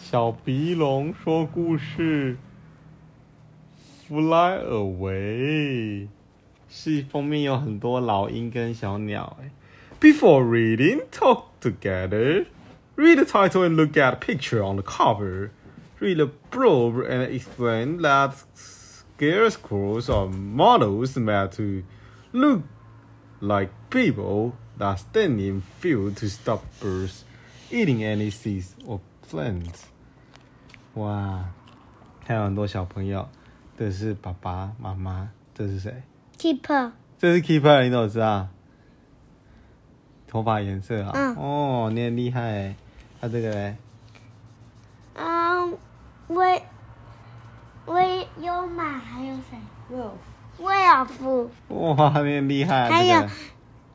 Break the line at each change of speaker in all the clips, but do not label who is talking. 小鼻龙说故事，Fly away，是封面有很多老鹰跟小鸟、欸。Before reading, talk together. Read the title and look at the picture on the cover. Read the blurb and explain that scare squirrels are models meant to look like people that stand in field to stop birds eating any seeds or plants. 哇，还有很多小朋友，这是爸爸妈妈，这是谁？
Keeper，
这是 Keeper，你怎么知道？头发颜色啊、
嗯
哦，你很厉害欸。他、这个嘞，
嗯，威威优玛还有谁？
Wolf，
威尔夫，
哇，你很厉害、啊。
还有哎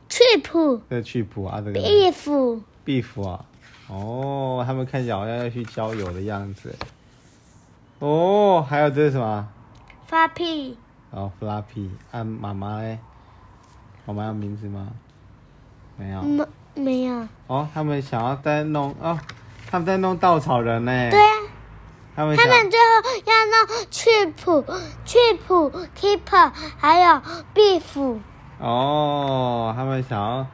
这个
Trip、
这个曲谱啊，这个
Beef，
壁虎啊，哦，他们看起来好像要去郊游的样子欸。哦，还有这是什么？
发屁
哦，Flappy，按、啊、妈妈嘞，妈妈有名字吗？没有。
没嗯没有？
哦，他们想要在弄哦，他们在弄稻草人呢。
对啊。
他们
他
想
们最后要弄去普、去普 keeper，还有壁虎
哦，他们想要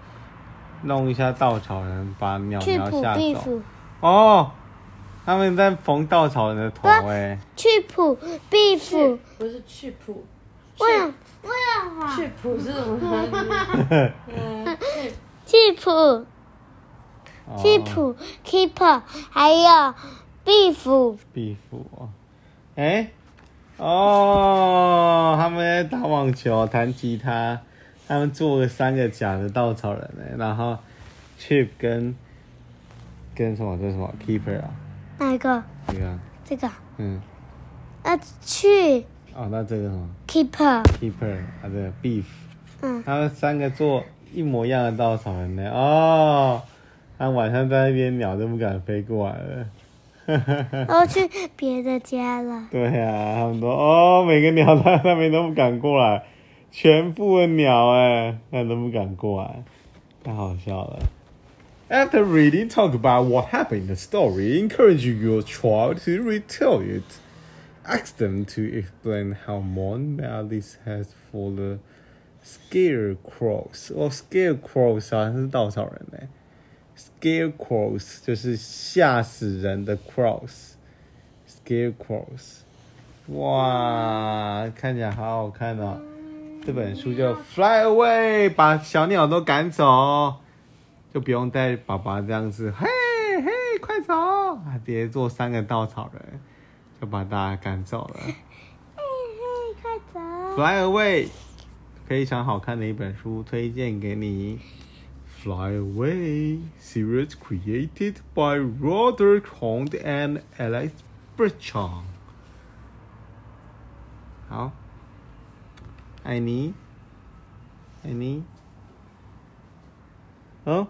弄一下稻草人，把鸟
去
鸟
普
吓
壁
走。
虎
哦，他们在缝稻草人的头
不
哎、
去普壁
去
虎，
不是去谱，
为什为什么
去谱是什么？嗯，去
去普
哦
去普 keeper，还有壁虎
壁虎哦，哎、哦，他们在打网球、弹吉他，他们做了三个假的稻草人哎、然后 Chip 跟跟什么这是什么 Keeper 啊，
哪一个？
这个啊
这个
嗯，
呃，去
哦，那这个什么？
keeper，
Keeper 啊，对，Beef，
嗯
他们三个做一模一样的稻草人呢。哦，他晚上在那边鸟都不敢飞过来了。
然后去别的家了。
对啊，他们都哦，每个鸟在那边都不敢过来，全部的鸟哎，那都不敢过来，太好笑了。After reading, talk about what happened in the story. Encourage your child to retell it. Ask them to explain how Mon Malice has for the scarecrows. or scarecrows 啊，是稻草人呢。Scarecrows 就是吓死人的 crows。Scarecrows，哇，看起来好好看哦。这本书就 Fly Away，把小鸟都赶走，就不用带爸爸这样子，嘿嘿，快走！啊，别做三个稻草人，就把大家赶走了。
嘿嘿，快走！
Fly Away，非常好看的一本书，推荐给你。Fly Away series created by Roderick Hond and Alex Birchong。好，爱你，爱你。哦，